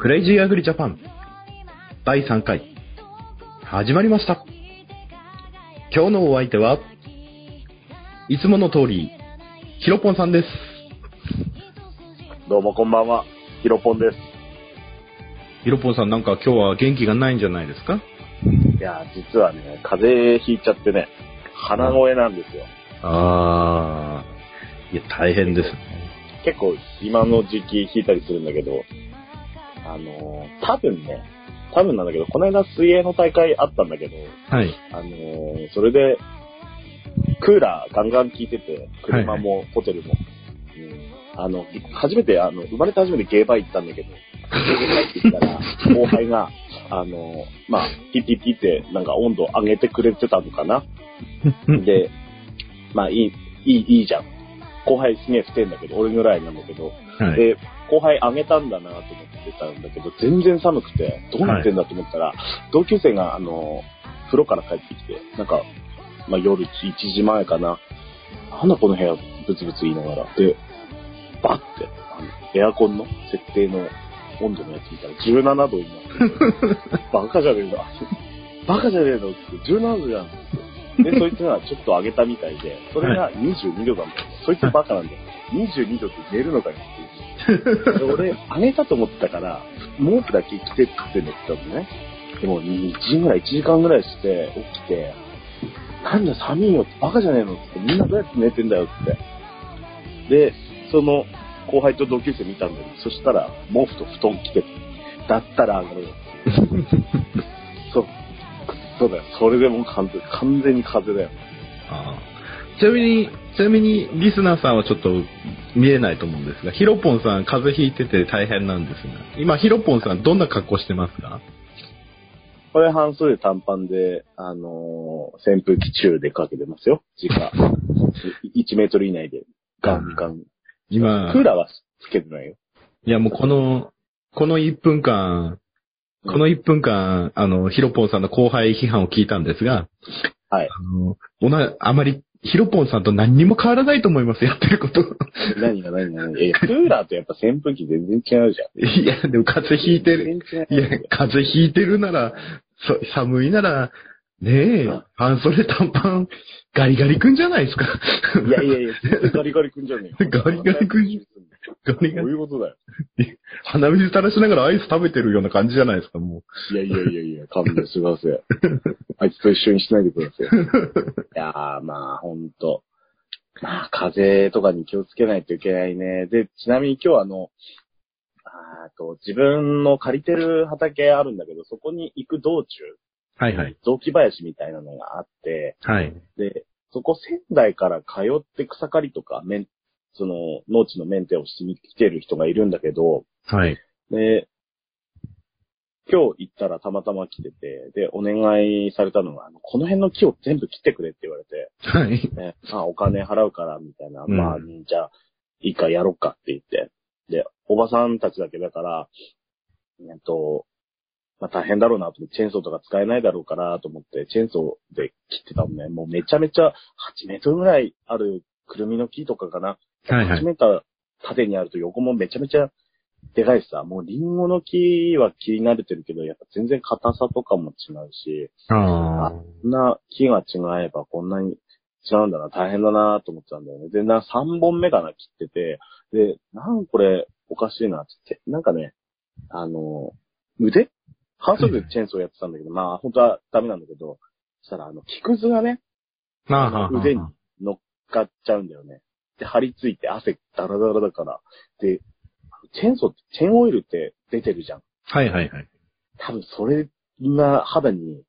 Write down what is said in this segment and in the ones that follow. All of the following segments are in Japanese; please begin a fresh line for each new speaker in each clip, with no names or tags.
クレイジーアグリジャパン第3回始まりました今日のお相手はいつもの通りヒロポンさんです
どうもこんばんは、ヒロポンです。
ヒロポンさんなんか今日は元気がないんじゃないですか
いやー、実はね、風邪ひいちゃってね、鼻声なんですよ。
ああいや大変ですね
結構今の時期ひいたりするんだけど、あのー、多分ね、多分なんだけど、この間水泳の大会あったんだけど、
はい
あのー、それで、クーラーガンガン効いてて、車もホテルも。うんあの、初めて、あの、生まれて初めてゲーバー行ったんだけど、帰ってきたら、後輩が、あの、まあ、ピッピッピッって、なんか温度上げてくれてたのかな。で、まあ、いい、いい、いいじゃん。後輩すげえしてんだけど、俺ぐらいなんだけど、
はい
で、後輩あげたんだなと思ってたんだけど、全然寒くて、どうなってんだと思ったら、同級生が、あの、風呂から帰ってきて、なんか、まあ、夜1時前かな、なんだこの部屋、ブツブツ言いながら、で、バッて、あのエアコンの設定の温度のやつ見たら17度になってて、バカじゃねえの、バカじゃねえのって、17度じゃん。で、そいつがちょっと上げたみたいで、それが22度なんだよ。そいつバカなんだよ。22度って寝るのかよっていう。で俺、上げたと思ってたから、毛布だけ着てって寝てたのね。でも、2時ぐらい、1時間ぐらいして起きて、なんだ寒いよって、バカじゃねえのって、みんなどうやって寝てんだよって。で、その後輩と同級生見たんだよ。そしたら、毛布と布団着てただったら上 がるよって。そう、くっそだよ。それでもう完全完全に風邪だよ。
あーちなみにちなみにリスナーさんはちょっと見えないと思うんですがヒロポンさん風邪ひいてて大変なんですが今ヒロポンさんどんな格好してますか
これ半袖短パンで、あのー扇風機中でかけてますよ。時間。1メートル以内で。ガンガン。
今
クーラーはつけてないよ。
いや、もうこの、この1分間、この1分間、あの、ヒロポンさんの後輩批判を聞いたんですが、
はい
あの、おな、あまり、ヒロポンさんと何にも変わらないと思います、やってること。
何が何が何が。え、クーラーとやっぱ扇風機全然違うじゃん。
いや、でも風邪ひいてる。
全然
い
違
や
うよ。、
風邪ひいてるなら、そ寒いなら、ねえ
うん、
半袖短パン、ガリガリくんじゃないですか。
いやいやいや、全然ガリガリくんじゃねえよ
ガリガリくんじガリガ
どう
リ
いうことだよ。
鼻水垂らしながらアイス食べてるような感じじゃないですか、もう。
いやいやいやいや、勘弁してください。あいつと一緒にしないでください。いやー、まあ、ほんと。まあ、風邪とかに気をつけないといけないね。で、ちなみに今日あの、あーと、自分の借りてる畑あるんだけど、そこに行く道中、
はいはい。
雑木林みたいなのがあって、
はい。
で、そこ仙台から通って草刈りとか、メン、その、農地のメンテをしに来てる人がいるんだけど、
はい。
で、今日行ったらたまたま来てて、で、お願いされたのが、あのこの辺の木を全部切ってくれって言われて、
はい。
ね、あ、お金払うから、みたいな、
うん
まあ、じゃあ、いいかやろっかって言って。で、おばさんたちだけだから、えっと、まあ大変だろうなと思って、チェーンソーとか使えないだろうからと思って、チェーンソーで切ってたのね。もうめちゃめちゃ8メートルぐらいあるくるみの木とかかな。
はいは
8
い。
メーター縦にあると横もめちゃめちゃでかいしさ、もうリンゴの木は切り慣れてるけど、やっぱ全然硬さとかも違うし、
ああ。
こんな木が違えばこんなに違うんだな、大変だなと思ってたんだよね。で、な、3本目かな、切ってて、で、なんこれおかしいなって言って、なんかね、あの、腕半袖でチェーンソーやってたんだけど、まあ本当はダメなんだけど、そしたらあの、木くずがね、
ああああ
腕に乗っかっちゃうんだよね。で、張り付いて汗ダラダラだから。で、チェーンソーって、チェーンオイルって出てるじゃん。
はいはい はい。
多分それが肌に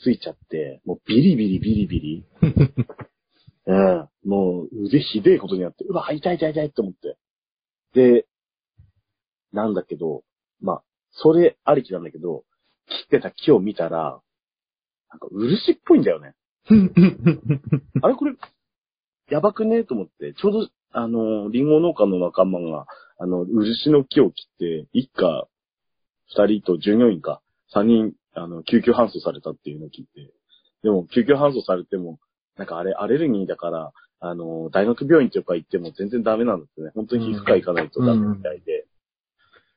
ついちゃって、もうビリビリビリビリ。うん。もう腕ひでえことになって、うわ、痛い痛い痛いって思って。で、なんだけど、まあ、それありきなんだけど、切ってた木を見たら、なんか漆っぽいんだよね。 あれこれ、やばくねと思って、ちょうど、あの、リンゴ農家の仲間が、あの、漆の木を切って、一家、二人と従業員か、三人、あの、救急搬送されたっていうのを聞いて、でも、救急搬送されても、なんかあれ、アレルギーだから、あの、大学病院とか行っても全然ダメなんですね。本当に皮膚科行かないとダメみたいで。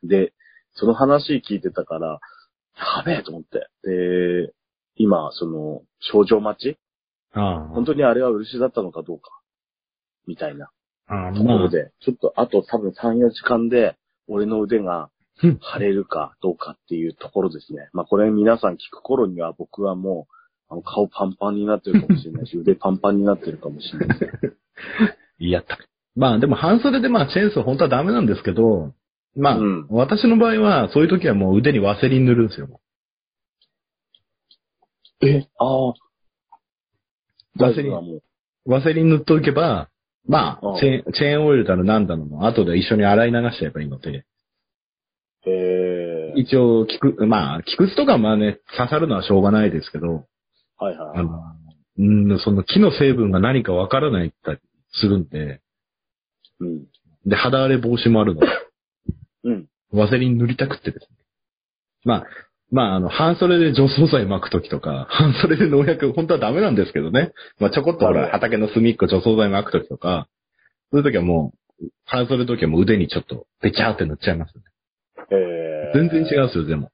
で、その話聞いてたから、やべえと思って。で、今、その、症状待ち
ああ。
本当にあれは漆だったのかどうか。みたいな
ああ、
とこ
ま
ろ
あ、
で、ちょっとあと多分3、4時間で、俺の腕が
うん
腫れるかどうかっていうところですね。まあこれ皆さん聞く頃には僕はもう、あの顔パンパンになってるかもしれ ないし、腕パンパンになってるかもしれないです。
やった。まあでも半袖でまあチェーンソー本当はダメなんですけど、まあ、
うん
私の場合はそういう時はもう腕にワセリン塗るんですよ。
えああ。
ワセリン
はもう。
ワセリン塗っとけば、ま
うん
あ、チェーンチェーンオイルだのなんだのも後で一緒に洗い流しちゃえばいいので、
ええ
一応、菊、まあ、菊池とかまあね、刺さるのはしょうがないですけど、
はいはい
あ。の、うん、その木の成分が何かわからないったりするんで、
うん。
で、肌荒れ防止もあるので、
うん。
ワセリン塗りたくってですね。まあ、まあ、あの、半袖で除草剤巻くときとか、 半袖で農薬、本当はダメなんですけどね。まあ、ちょこっとほ
は
ら、
い
畑の隅っこ除草剤巻くときとか、そういうときはもう、半袖のときはもう腕にちょっと、べちゃーって塗っちゃいますね。
ええ
全然違うんですよ、でも。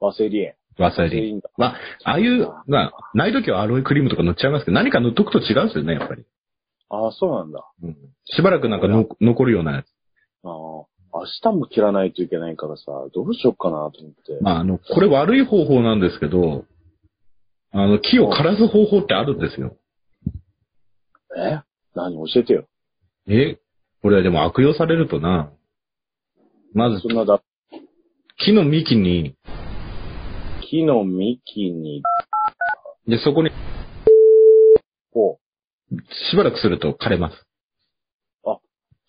ワセリン。
ワセ
ワセ
リン。
リンだ。
ああいう、まあ、ないときはアロエクリームとか塗っちゃいますけど、何か塗っとくと違うんですよね、やっぱり。
ああ、そうなんだ。
うんしばらくなんかの残るようなやつ。
ああ。明日も切らないといけないからさ、どうしよっかなと思って。
まあ、あの、これ悪い方法なんですけど、あの、木を枯らす方法ってあるんですよ。
え何教えてよ。
えこれでも悪用されるとな。まず
そ、んなだ、
木の幹に、
木の幹に、
で、そこに
こう。
しばらくすると枯れます。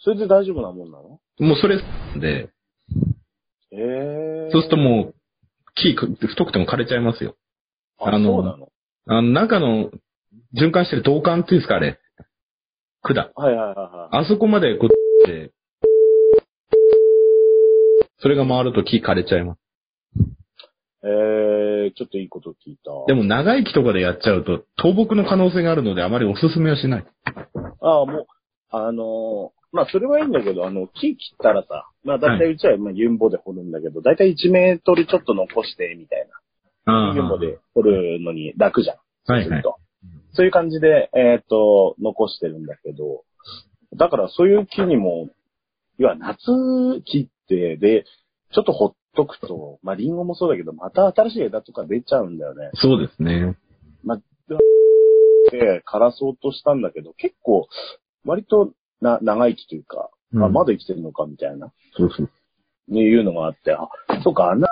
それで大丈夫なもんなの
もうそれで、
ええ
そうするともう、木く太くても枯れちゃいますよ。
あ、
あの
そうなの
あの、中の循環してる導管っていうんですか、あれ。管。
はいはいはいはい。
あそこまでこう、でそれが回ると木枯れちゃいます。
ええちょっといいこと聞いた。
でも長い木とかでやっちゃうと倒木の可能性があるのであまりおすすめはしない。
ああ、もう、あのーまあ、それはいいんだけど、あの、木切ったらさ、まあ、だいたいうちは、まあ、ユンボで掘るんだけど、だいたい1メートルちょっと残して、みたいな。ユンボで掘るのに楽じゃん。
は
そ
いう
す
は
る
い。
と。そういう感じで、えっ、と、残してるんだけど、だからそういう木にも、要は夏切って、で、ちょっとほっとくと、まあ、リンゴもそうだけど、また新しい枝とか出ちゃうんだよね。
そうですね。
で、枯らそうとしたんだけど、結構、割とな、長生きというか、まあ、
うん
まだ生きてるのかみたいな、
そうそう。
ねいうのがあって、あ、そうか、あんな、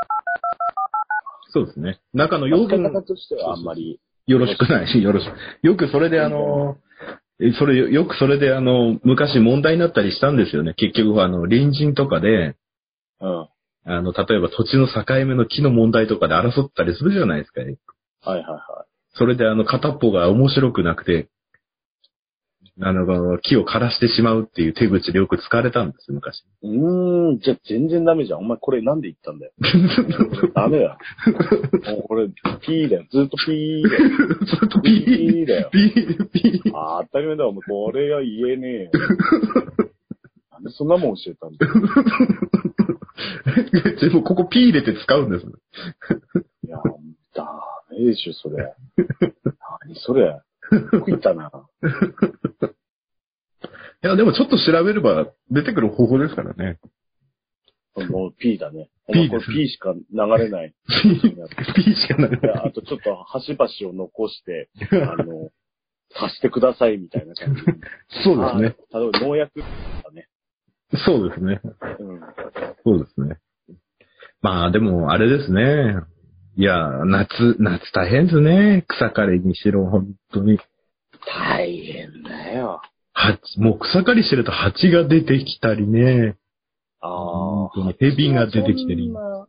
そうですね。中の養
使い
分
方としてはあんまり、
よろしくないし、よろしく。よくそれであの、えそれ、よくそれであの、昔問題になったりしたんですよね。結局あの、隣人とかで、
うん。は
あの、例えば土地の境目の木の問題とかで争ったりするじゃないですか。
いはいは
それであの、片っぽが面白くなくて、あの、木を枯らしてしまうっていう手口でよく使われたんです、 昔。
い。うーん、じゃあ全然ダメじゃん。お前これなんで言ったんだよ。 ダメだよ。もうこれ、ピーだよ。ずっとピーだよ。
ずっと
ピ
ピ
ーだよ
ー、。ピー、ピー。
あー当たり前だわ。お前これは言えねえよ。なんでそんなもん教えたんだよ。
でもここピー入れて使うんです。
いや、ダメでしょ、それ。何それ。よく言ったな。
いや、でもちょっと調べれば出てくる方法ですからね。
もう P だね。お
P
前これ P しか流れない。
P しかない
で。あとちょっと端々を残して、あの、足してくださいみたいな感じ。
そうですね。
あー。例えば農薬とかね。
そうですね。
うん。
そうですね。まあでも、あれですね。いや、夏、夏大変ですね。草刈りにしろ、本当に。
大変だよ。
蜂、もう草刈りしてると蜂が出てきたりね。
ああ。
本当に蛇が出てきてる
そんな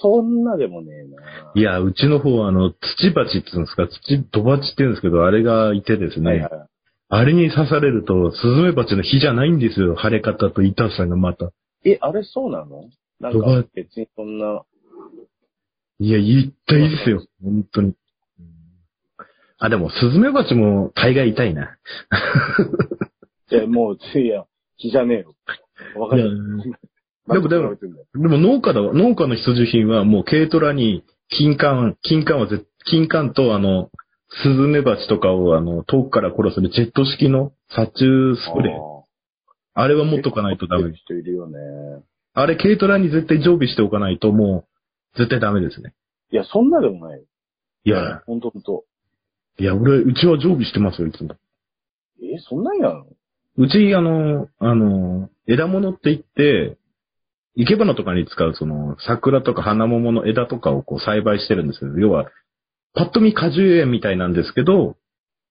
そんなでもねえな。
いや、うちの方はあの、土鉢って言うんですか、土、土鉢って言うんですけど、あれがいてですね。
はいはい
あれに刺されると、スズメバチの火じゃないんですよ。腫れ方と痛さがまた。
え、あれそうなのなん
ドバ
か別にそんな、
いや、痛いですよ。本当に。あ、でも、スズメバチも大概痛いな。
いや、もう、いや、気じゃねえよ。わか
いや
る。
でもでも
何比べてんだよ
でも農家だわ、農家の必需品はもう軽トラに金管、金管はぜ、金管とあの、スズメバチとかをあの、遠くから殺すジェット式の殺虫スプレー。あれは持っとかないとダメ。
人いるよね。
あれ軽トラに絶対常備しておかないともう、絶対ダメですね。
いや、そんなでもないよ。
いや、
ほんとほんと。
いや、俺、うちは常備してますよ、いつも。
え、そんなんやん。
うち、あの、あの、枝物って言って、生け花とかに使う、その、桜とか花桃の枝とかをこう栽培してるんですけど、要は、パッと見果樹園みたいなんですけど、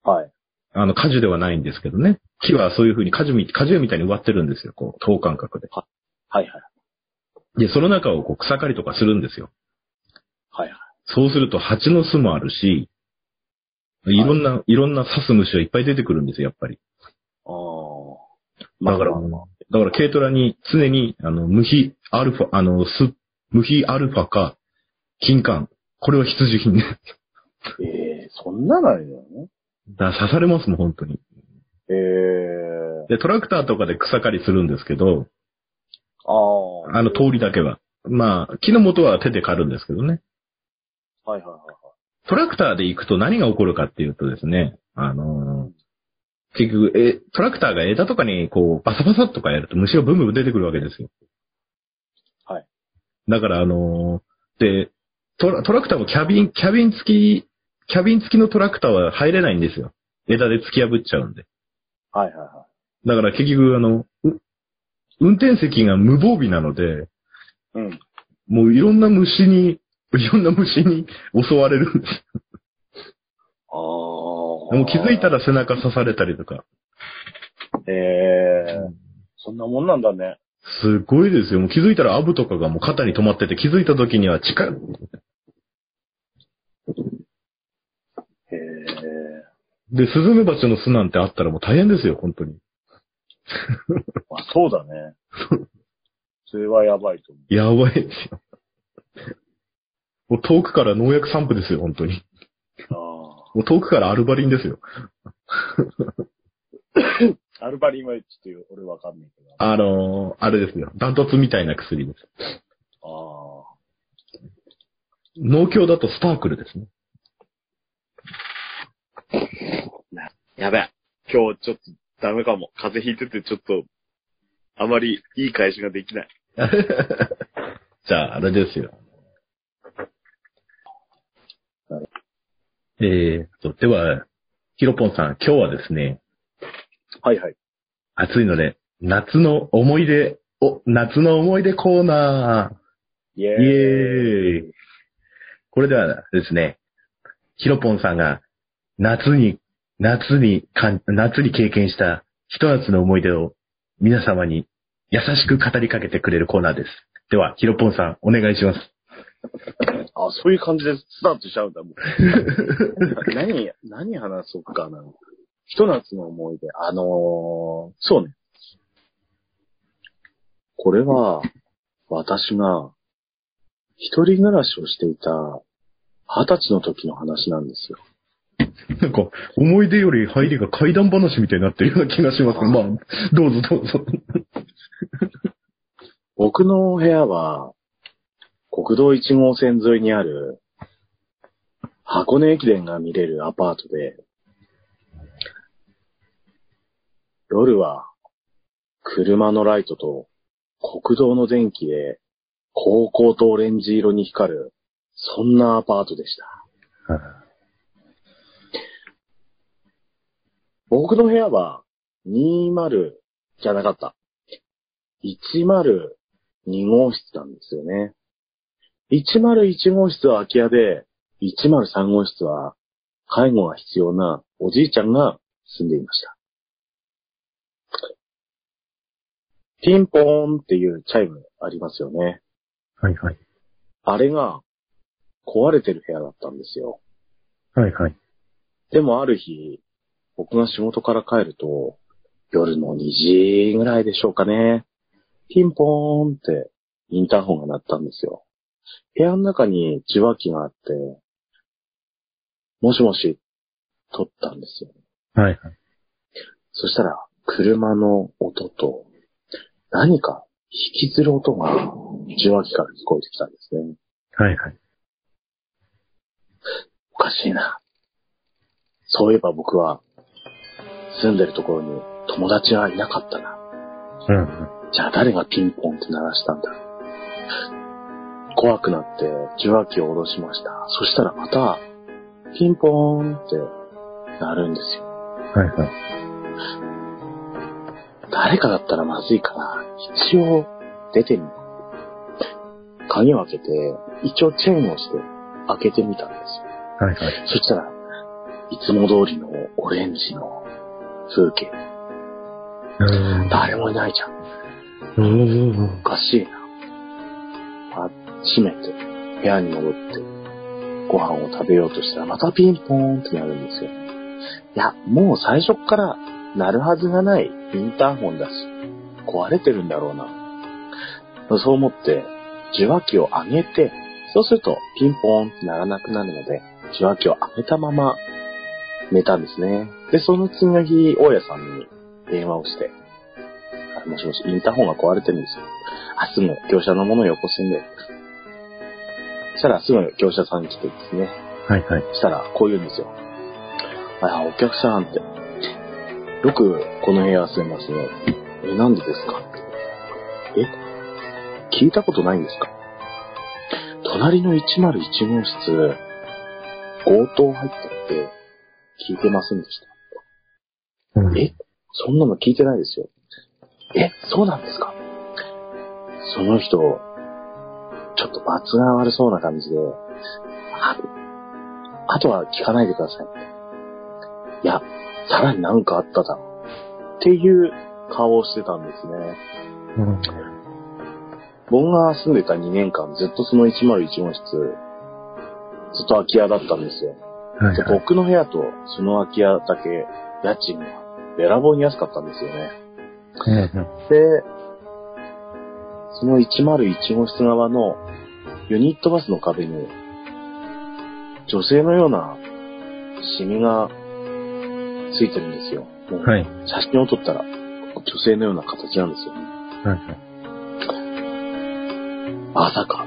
はい。
あの、果樹ではないんですけどね。木はそういう風に果樹み、果樹園みたいに植わってるんですよ、こう、等間隔で。
はいはい。
で、その中をこう草刈りとかするんですよ。
はいはい。
そうすると蜂の巣もあるし、いろんな、いろんな刺す虫がいっぱい出てくるんですよ、やっぱり。
ああ。
だから、
まあ
だから軽トラに常に、あの、無比アルファ、あの、す、無比アルファか、金管。これは必需品 ね。
ええそんなないよね。
だから刺されますもん、本当に。
ええ
で、トラクターとかで草刈りするんですけど、
ああ。
あの通りだけは。まあ、木の元は手で刈るんですけどね。
はいはいはいはい。
トラクターで行くと何が起こるかっていうとですね、あのー結局、え、トラクターが枝とかにこう、バサバサっとかやると虫がブンブン出てくるわけですよ。
はい。
だからあのーでトラ、トラクターもキャビン、キャビン付き、キャビン付きのトラクターは入れないんですよ。枝で突き破っちゃうんで。
はいはいは
だから結局あの、う運転席が無防備なので、
い。うん。
もういろんな虫に、いろんな虫に襲われるんです
ああ。も
でも気づいた。ら背中刺されたりとか。
ええそんなもんなんだね。
すごいですよ。もう気づいたらアブとかがもう肩に止まってて、気づいた時には近い。
ええ
で、スズメバチの巣なんてあったらもう大変ですよ、本当に。
まあそう だね。それはやばいと思う。
やばいですよ。もう遠くから農薬散布ですよ、本当に。
あ
もう遠くからアルバリンですよ。
あ。アルバリンはちょっと俺わかんないけど。あ
あのー、あれですよ。断トツみたいな薬です。
あ。
農協だとスタークルですね。
やべえ。今日ちょっとダメかも。風邪ひいててちょっと、あまりいい返しができない。
じゃあ、あれですよ。えーっと、では、ヒロポンさん、今日はですね、
はいはい。
暑いので、夏の思い出、お、夏の思い出コーナ
イエ
ー。イエーイ。これではですね、ヒロポンさんが夏に、夏にかん、夏に経験した一夏の思い出を皆様に優しく語りかけてくれるコーナーです。では、ヒロポンさん、お願いします。
あ、そういう感じでスタートしちゃうんだ、もう。何、何話そうかな。ひと夏の思い出。あのー、そうね。これは、私が、一人暮らしをしていた、二十歳の時の話なんですよ。
なんか、思い出より入りが怪談話みたいになってるような気がし ます。まあ、どうぞどうぞ。
僕の部屋は、国道1号線沿いにある、箱根駅伝が見れるアパートで、夜は、車のライトと国道の電気で、高校とオレンジ色に光る、そんなアパートでした。僕の部屋は、20じゃなかった。102号室なんですよね。101号室は空き家で、103号室は介護が必要なおじいちゃんが住んでいました。ピンポーンっていうチャイムありますよね。
はいはい。
あれが壊れてる部屋だったんですよ。
はいはい。
でもある日、僕が仕事から帰ると、夜の2時ぐらいでしょうかね。ピンポーンってインターホンが鳴ったんですよ。部屋の中に受話器があって、もしもし、取ったんですよ。
はいはい。
そしたら、車の音と、何か引きずる音が受話器から聞こえてきたんですね。
はいはい。
おかしいな。そういえば僕は、住んでるところに友達はいなかったな。
うんうん。
じゃあ誰がピンポンって鳴らしたんだろう。怖くなって受話器を下ろしました。そしたらまた、ピンポーンって鳴るんですよ。
はいはい。
誰かだったらまずいから、一応出てみる。鍵を開けて、一応チェーンをして開けてみたんですよ。
はいはい。
そしたら、いつも通りのオレンジの風景。
うん
誰もいないじゃん。
うん
お。かしいな。あ、閉めて、部屋に戻って、ご飯を食べようとしたら、またピンポーンってなるんですよ。いや、もう最初っから、鳴るはずがないインターホンだし、壊れてるんだろうな。そう思って、受話器を上げて、そうすると、ピンポーンって鳴らなくなるので、受話器を上げたまま、寝たんですね。で、その次の日、大家さんに電話をして、あもしもし、インターホンが壊れてるんですよ。あ、すぐ業者のものをよこすんで。そしたら、すぐ業者さん来てですね。
はいはい。
そしたら、こう言うんですよ。あ、お客さんって。よく、この部屋住みますね。え、なんでですかえ聞いたことないんですか隣の101号室、強盗入ったって、聞いてませんでした。
うん
えそんなの聞いてないですよ。え、そうなんですかその人、ちょっと罰が悪そうな感じで、ああとは聞かないでください。いや、さらになんかあっただろう。っていう顔をしてたんですね。
うん
僕が住んでた2年間、ずっとその101号室、ずっと空き家だったんですよ。
はい
で
はい。
僕の部屋とその空き家だけ、家賃が、べらぼうに安かったんですよね。
うん
で、その101号室側のユニットバスの壁に、女性のようなシミがついてるんですよ。もう
はい
写真を撮ったら、女性のような形なんですよね。
はいはい。
まさか、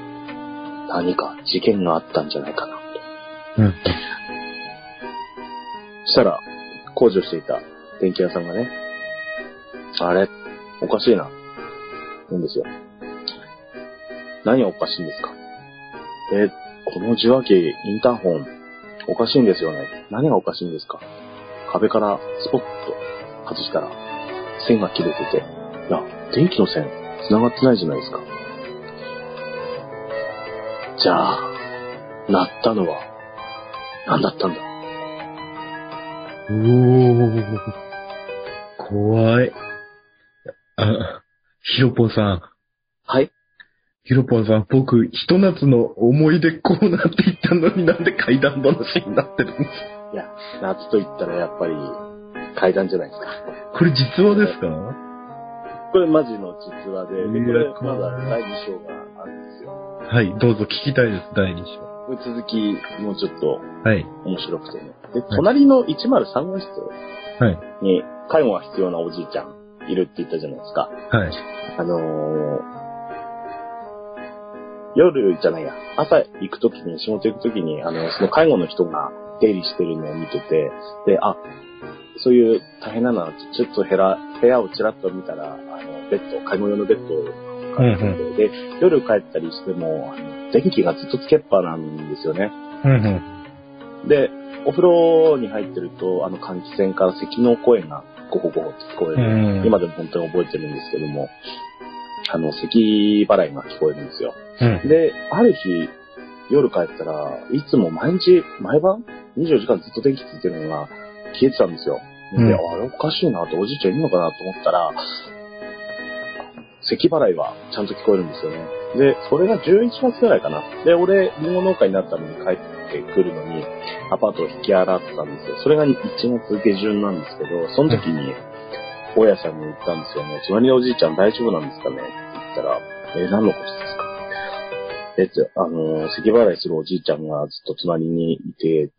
何か事件があったんじゃないかなと。
うん
そしたら、工事をしていた電気屋さんがね、あれ、おかしいな、言うんですよ。何がおかしいんですかえ、この受話器、インターホン、おかしいんですよね。何がおかしいんですか壁からスポッと外したら、線が切れてて、いや、電気の線、繋がってないじゃないですか。じゃあ、鳴ったのは、何だったんだ
うおー。怖い。あ、ヒロポンさん。
はい
ヒロポンさん、僕、ひと夏の思い出こうなっていったのになんで怪談話になってるんですか
夏と言ったらやっぱり階段じゃないですか。
これ実話ですかは
これマジの実話で、で、こ
い
れ
や
まだ第2章があるんですよ。
い、どうぞ聞きたいです、第2章。
これ続きもうちょっと
はい。
面白くてね。で、隣の103号室
はい
に介護が必要なおじいちゃんいるって言ったじゃないですか。
はい。
あのー、夜じゃないや、朝行くときに、仕事行くときに、あの、その介護の人が出入りしてるのを見てて、で、あ、そういう大変なのは、ちょっと部屋、部屋をちらっと見たら、あの、ベッド、介護用のベッドを買ってて、で、夜帰ったりしても、あの電気がずっとつけっぱなんですよね。
うんうん。
で、お風呂に入ってると、あの換気扇から咳の声がゴホゴホって聞こえる。
うん
今でも本当に覚えてるんですけども、あの、咳払いが聞こえるんですよ。
うん。
で、ある日、夜帰ったら、いつも毎日、毎晩、24時間ずっと電気ついてるのが消えてたんですよ。
う
で、
ん
あれおかしいなと、おじいちゃんいるのかなと思ったら、咳払いはちゃんと聞こえるんですよね。で、それが11月ぐらいかな。で、俺、リンゴ農家になったのに帰ってくるのに、アパートを引き払ってたんですよ。それが1月下旬なんですけど、その時に、大家さんに言ったんですよね。隣のおじいちゃん大丈夫なんですかねって言ったら、え、何のことですかえっと、あの、咳払いするおじいちゃんがずっと隣にいて、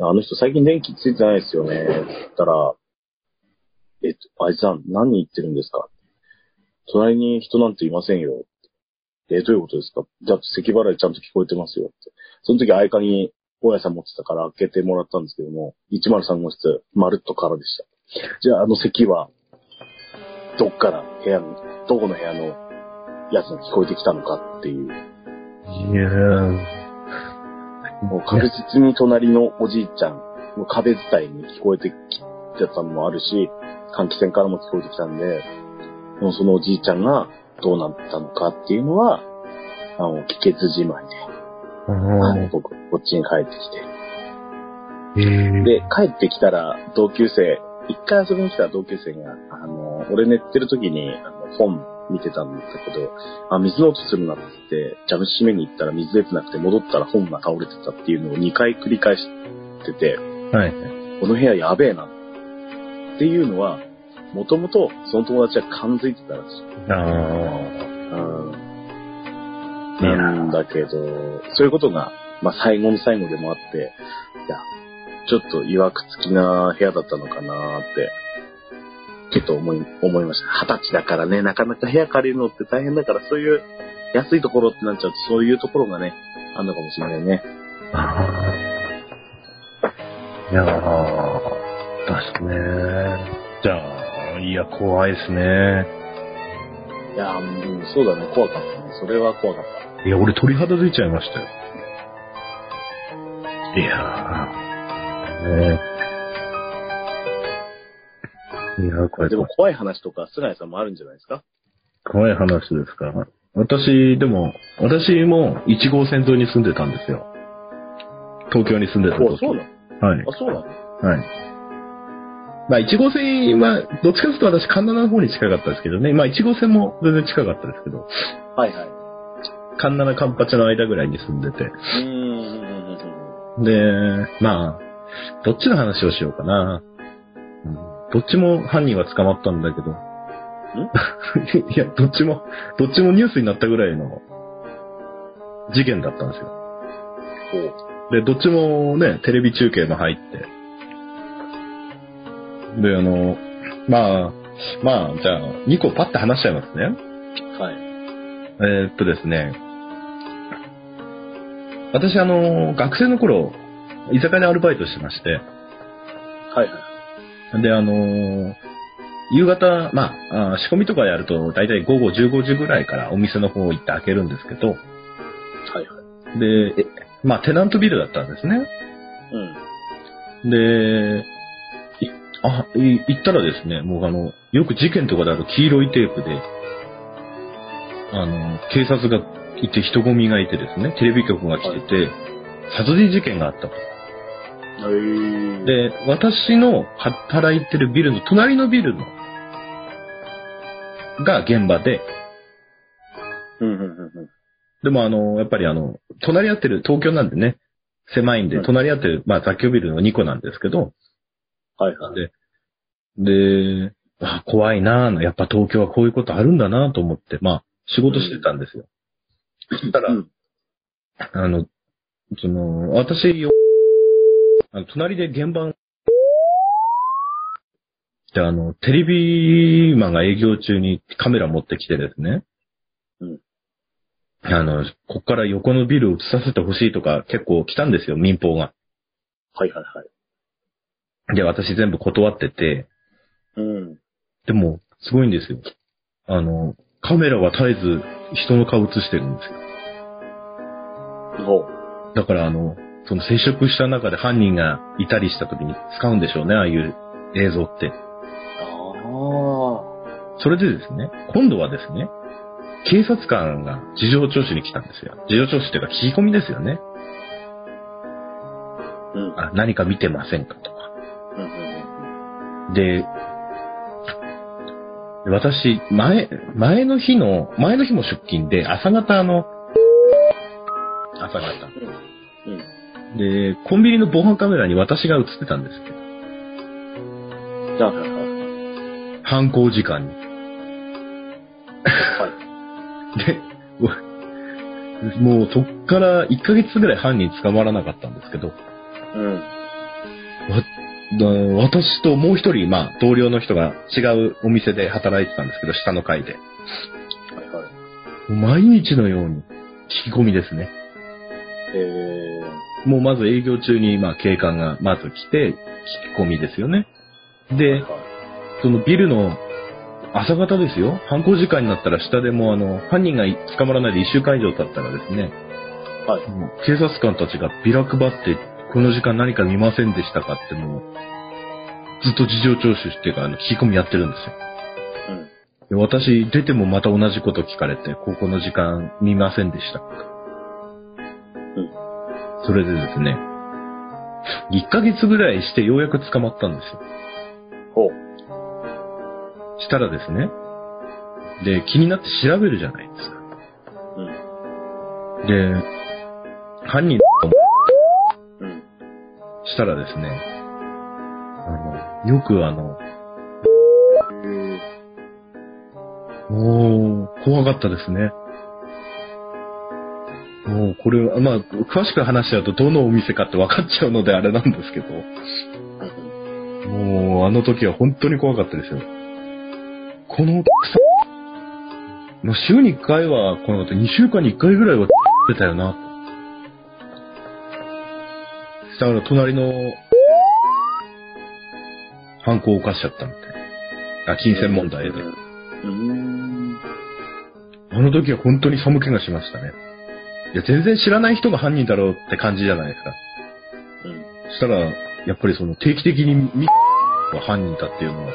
あの人最近電気ついてないですよね。って言ったら、えっと、あいつさん何言ってるんですか隣に人なんていませんよ。え、どういうことですかだって咳払いちゃんと聞こえてますよって。その時相方に大家さん持ってたから開けてもらったんですけども、103号室、まるっと空でした。じゃああの咳は、どっから部屋の、どこの部屋のやつに聞こえてきたのかっていう。
いやー
もう確実に隣のおじいちゃんの壁伝いに聞こえてきてたのもあるし、換気扇からも聞こえてきたんで、もうそのおじいちゃんがどうなったのかっていうのは、あの、聞けずじまいで、あの
う
僕、こっちに帰って
ん。
きて。
えー
で、帰ってきたら、同級生、一回遊びに来た同級生が、あの、俺寝てる時に、あの、本見てたんだけど、あ、水の音するなって言って、蛇口閉めに行ったら水出てなくて、戻ったら本が倒れてたっていうのを2回繰り返してて、
はい。
この部屋やべえな。っていうのは、もともとその友達は感づいてたらしい。
あ
うん。
いやー
なんだけど、そういうことが、まあ、最後の最後でもあって、いや、ちょっと曰くつきな部屋だったのかなーって、ちょっと思い、思いました。二十歳だからね、なかなか部屋借りるのって大変だから、そういう安いところってなっちゃうと、そういうところがね、あんのかもしれないね。
ーあー。いやー、だすね。じゃあ、いや、怖いですね。
いやー、うんそうだね、怖かったね。それは怖かった。
いや、俺鳥肌出ちゃいましたよ。いやー。ねえ。いや、これ
でも怖い話とか、菅井さんもあるんじゃないですか
怖い話ですか私、でも、私も1号線沿いに住んでたんですよ。東京に住んで
あ
た時。
そうなの
はい。
あ、そうなの
はい。まあ、1号線は、どっちかというと私、神田の方に近かったですけどね。まあ、1号線も全然近かったですけど、
はいはい。
神田のカンパチの間ぐらいに住んでて。
うーんうんうんうん
で、まあ、どっちの話をしようかな。うんどっちも犯人は捕まったんだけど。 いや、どっちも、どっちもニュースになったぐらいの事件だったんですよ。
うん。こう
で、どっちもね、テレビ中継も入って。で、あの、まあ、まあ、じゃあ、2個パッて話しちゃいますね。
はい。
えーっとですね。私、あの、学生の頃、居酒屋でアルバイトしてまして。
はいはい。
で、あのー夕方、まあ、あー仕込みとかやると、だいたい午後15時ぐらいからお店の方行って開けるんですけど、
はいはい。
で、えまあ、テナントビルだったんですね。
うん。
で、いあ、い行ったらですね、もうあの、よく事件とかである黄色いテープで、あの、警察がいて人混みがいてですね、テレビ局が来てて、殺人事件があったと。
へえ。、
で、私の働いてるビルの、隣のビルの、が現場で、
うんうんうんうん。
でもあの、やっぱりあの、隣り合ってる、東京なんでね、狭いんで
う、ん
隣り合ってる、まあ雑居ビルの2個なんですけど、
はいはい。
で、あ怖いなぁ、やっぱ東京はこういうことあるんだなぁと思って、まあ、仕事してたんですよ。そしたら、
うん
あの、その、私、あの隣で現場、で、あの、テレビマンが営業中にカメラ持ってきてですね。
うん
あの、こっから横のビルを映させてほしいとか結構来たんですよ、民放が。
はいはいはい。
で、私全部断ってて、
うん。
でも、すごいんですよ。あの、カメラは絶えず人の顔映してるんですよ。
ほう。
だからあの、その接触した中で犯人がいたりした時に使うんでしょうね、ああいう映像って。
あ
それでですね、今度はですね、警察官が事情聴取に来たんですよ。事情聴取っていうか聞き込みですよね。
あ。うん。
あ何か見てませんかとか。
うんうん
で、私、前、前の日の、前の日も出勤で、朝方あの、朝方。
うん。うん。
で、コンビニの防犯カメラに私が映ってたんですけど、
はいはいはい。
犯行時間に。
はい。
で、 うもうそっから1ヶ月ぐらい犯人捕まらなかったんですけど、
うん。
で私ともう一人、まあ、同僚の人が違うお店で働いてたんですけど、下の階で。
はいはい。
毎日のように聞き込みですね。
えー、
もうまず営業中に、まあ、警官がまず来て、聞き込みですよね。で、
は
そのビルの朝方ですよ。犯行時間になったら下でもうあの、犯人が捕まらないで1週間以上経ったらですね、
はい
もう警察官たちがビラ配って、この時間何か見ませんでしたかってもう、ずっと事情聴取していうか、あの、聞き込みやってるんですよ。
いうん。
で私、出てもまた同じこと聞かれて、高校の時間見ませんでした。
うん
それでですね、1ヶ月ぐらいしてようやく捕まったんですよ。
ほう。
したらですね、で、気になって調べるじゃないですか。
うん。
で、犯人
うん。
したらですね、あの、よくあの、
え
もう、怖かったですね。もう、これは、まあ、詳しく話しちゃうとどのお店かって分かっちゃうのであれなんですけど、
ー、
もう、あの時は本当に怖かったですよ。この、まあ、週に1回は来なかった、2週間に1回ぐらいは出たよな。だから、隣の、犯行を犯しちゃったみたいな。あ、金銭問題で。
うん。う
あの時は本当に寒気がしましたね。いや、全然知らない人が犯人だろうって感じじゃないですか。
ーん。
そしたら、やっぱりその定期的にミが犯人だっていうのは、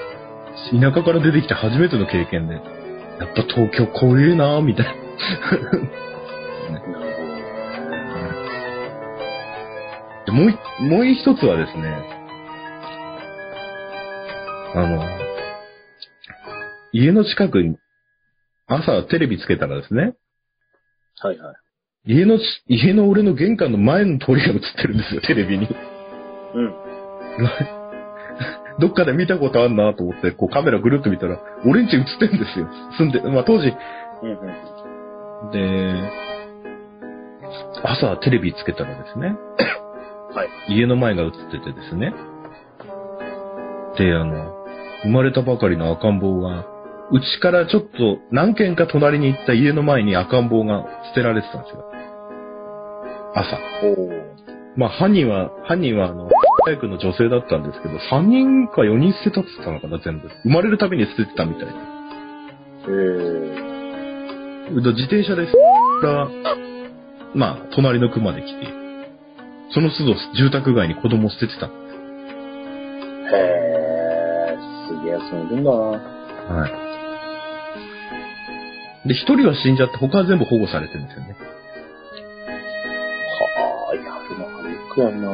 田舎から出てきて初めての経験で、やっぱ東京怖えなぁ、みたいな。
なる
でもうい、もう一つはですね、あの、家の近くに、朝テレビつけたらですね、
ほど。はいはい。
家のち、家の俺の玄関の前の通りが映ってるんですよ、テレビに。
うん。
どっかで見たことあんなと思って、こうカメラぐるっと見たら、俺んち映ってんですよ。住んで、まあ当時。
うんうん。
で、朝テレビつけたらですね。
はい。
家の前が映っててですね。で、あの、生まれたばかりの赤ん坊が、うちからちょっと何軒か隣に行った家の前に赤ん坊が捨てられてたんですよ。朝。
お
まあ、犯人は、犯人は、あの、大工の女性だったんですけど、3人か4人捨てたって言ってたのかな、全部。生まれるたびに捨ててたみたいで。
ー。え
自転車で、 から、まあ、隣の区まで来て、その都度住宅街に子供を捨ててた。
ー。へー。すげえ、その分だな。
はい。で、一人は死んじゃって、他は全部保護されてるんですよね。
はあ、やるな、ハリックやんな。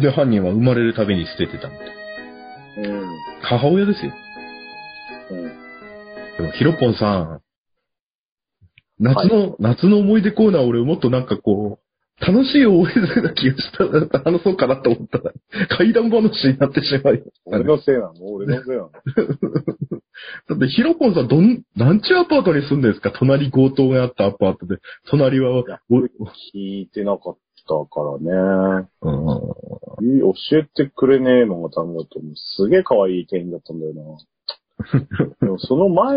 で、犯人は生まれるたびに捨ててたみたい。
うん。
母親ですよ。
うん。
でも、ヒロポンさん、夏の、夏の思い出コーナー俺もっとなんかこう、楽しい思い出な気がした、話そうかなと思ったら、怪談話になってしまい。
俺のせいなの俺のせいなの
だってヒロポンさんどん、なんちゅうアパートに住んでるんですか隣強盗があったアパートで、隣は、おうん
聞いてなかったからね。
うん
いい教えてくれねえのがダメだと思う。すげえ可愛い店員だったんだよな。でもその前、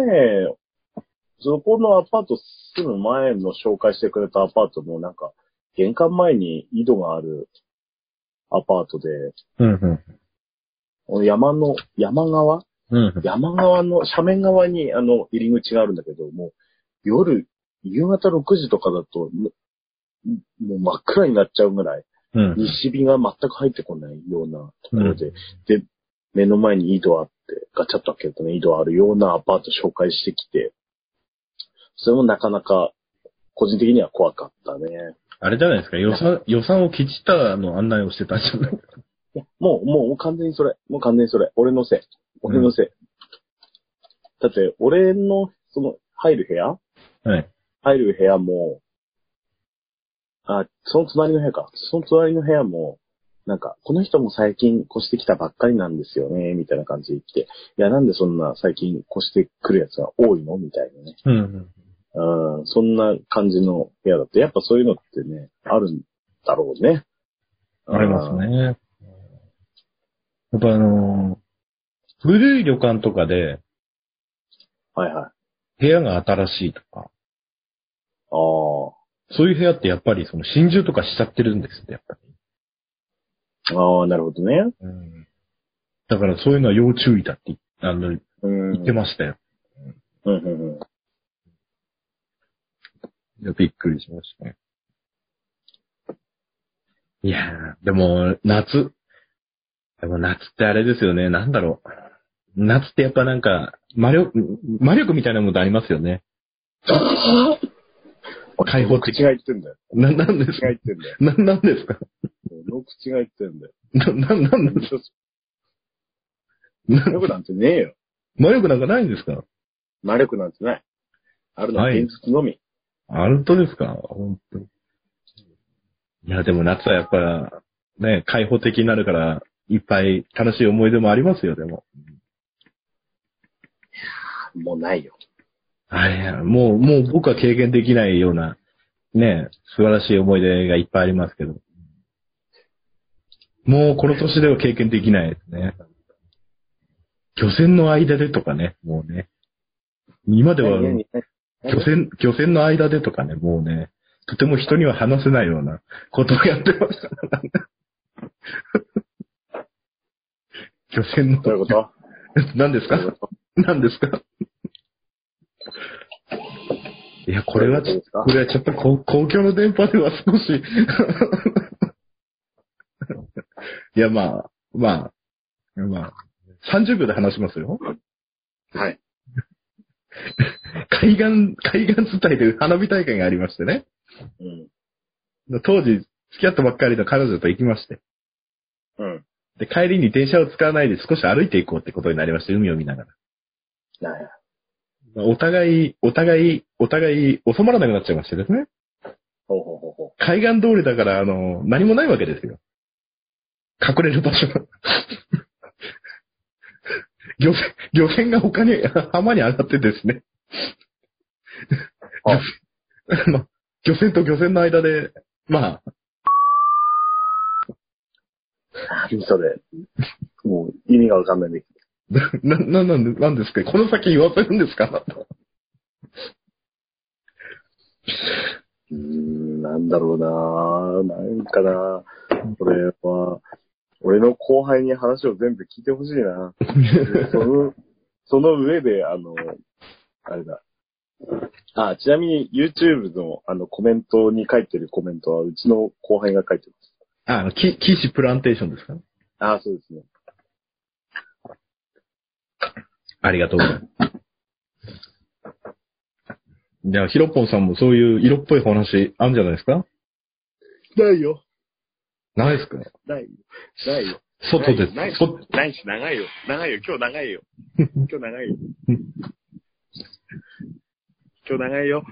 そこのアパート住む前の紹介してくれたアパートもなんか、玄関前に井戸があるアパートで、
うん
山の、山側
うん。
山側の、斜面側にあの入り口があるんだけど、もう夜、夕方6時とかだと、ももう真っ暗になっちゃうぐらい、
うん。
西日が全く入ってこないようなところで、で、目の前に井戸あって、ガチャッと開けるとね、井戸あるようなアパート紹介してきて、それもなかなか、個人的には怖かったね。
あれじゃないですか、予算、予算をきちったの案内をしてたんじゃない
いや、もう、もう完全にそれ。もう完全にそれ。俺のせい。俺のせい。だって、俺の、その、入る部屋
はい。
入る部屋も、あ、その隣の部屋か。その隣の部屋も、なんか、この人も最近越してきたばっかりなんですよね、みたいな感じで言って、いや、なんでそんな最近越してくるやつが多いのみたいなね。
うん。
うん、そんな感じの部屋だって、やっぱそういうのってね、あるんだろうね。
ありますね。やっぱあのー古い旅館とかで
はいはい。あ
部屋が新しいとか、
あー。
そういう部屋ってやっぱりその真珠とかしちゃってるんですって、やっぱ
ああ、なるほどね。
り。うん。だからそういうのは要注意だって、あの、
うん。
言ってましたよ。
うんうんうん。
いやびっくりしましたね。いやー、でも、夏。でも夏ってあれですよね、なんだろう。夏ってやっぱなんか、魔力、魔力みたいなものありますよね。開放的
口が言ってんだよ。
な、なんです
口
か
が言ってんだよ。
な、なんですか
俺の口が言ってんだよ。
な、な、なんです
魔力なんてねえよ。
魔力なんかないんですか
魔力なんてない。あるのは現実のみ。
本当ですか本当に。いや、でも夏はやっぱ、ね、開放的になるから、いっぱい楽しい思い出もありますよ、でも。
もうないよ。
あれや、もう、もう僕は経験できないような、ね、素晴らしい思い出がいっぱいありますけど。もうこの年では経験できないですね。漁船の間でとかね、もうね。今では、
何何何
漁船、漁船の間でとかね、もうね、とても人には話せないようなことをやってましたからね。漁船の
どういうこと
何です
ど
か
ういうこと
何ですかいや、これはちょっと、これはちょっとこ公共の電波では少し。いや、まあ、まあ、まあ、30秒で話しますよ。
はい。
海岸、海岸伝いで花火大会がありましてね。
うん。
当時、付き合ったばっかりの彼女と行きまして。
うん。
で、帰りに電車を使わないで少し歩いていこうってことになりまして、海を見ながら。
なんや。
お互い、お互い、お互い収まらなくなっちゃいましてですね。
ほうほうほうほ
海岸通りだから、あの、何もないわけですよ。隠れる場所が。 漁船、漁船が他に、浜に上がってですね。
あ
漁 船あの、漁船と漁船の間で、まあ、
う。それ。もう意味がわかんないんだけ
な、な、なんで、なんですかこの先言わせるんですか
ど。うーん、なんだろうななんかなこれは、俺の後輩に話を全部聞いてほしいなその、その上で、あの、あれだ。あ、ちなみに YouTube のあのコメントに書いてるコメントはうちの後輩が書いてます。
あの、き、岸プランテーションですか
あ、そうですね。
ありがとうございます。じゃあ、ヒロポンさんもそういう色っぽい話あるんじゃないですか
ないよ。
ないですか
ないよ。ないよ。
外で
ないし、
そ
ないし、長いよ。長いよ。今日長いよ。今日長いよ。今日長いよ。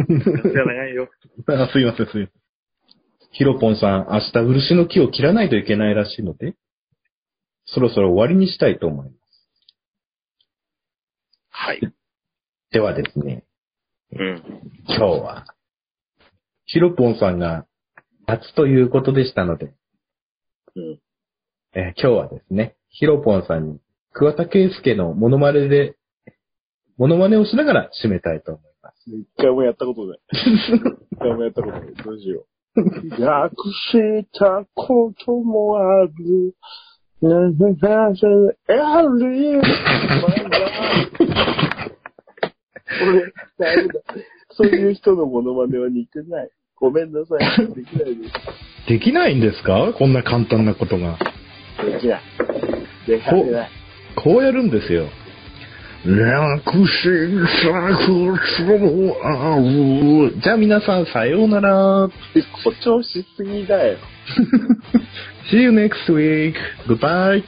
今日長いよ。
あすいません、すいません。ヒロポンさん、明日漆の木を切らないといけないらしいので、そろそろ終わりにしたいと思います。
はい。
ではですね、
うん。
今日は、ヒロポンさんが夏ということでしたので、
うん。
えー今日はですね、ヒロポンさんに桑田圭介のモノマネで、モノマネをしながら締めたいと思います。
一回もやったことない。一回もやったことない。どうしよう。略したこともある。なぜなぜあり。俺、ダメだ。そういう人のモノマネは似てない。ごめんなさい。できないで
できないんですかこんな簡単なことが。
す。できない。できない。
こうやるんですよ。楽じゃあ皆さんさようなら。
誇張しすぎだよ。
See you next week. Goodbye.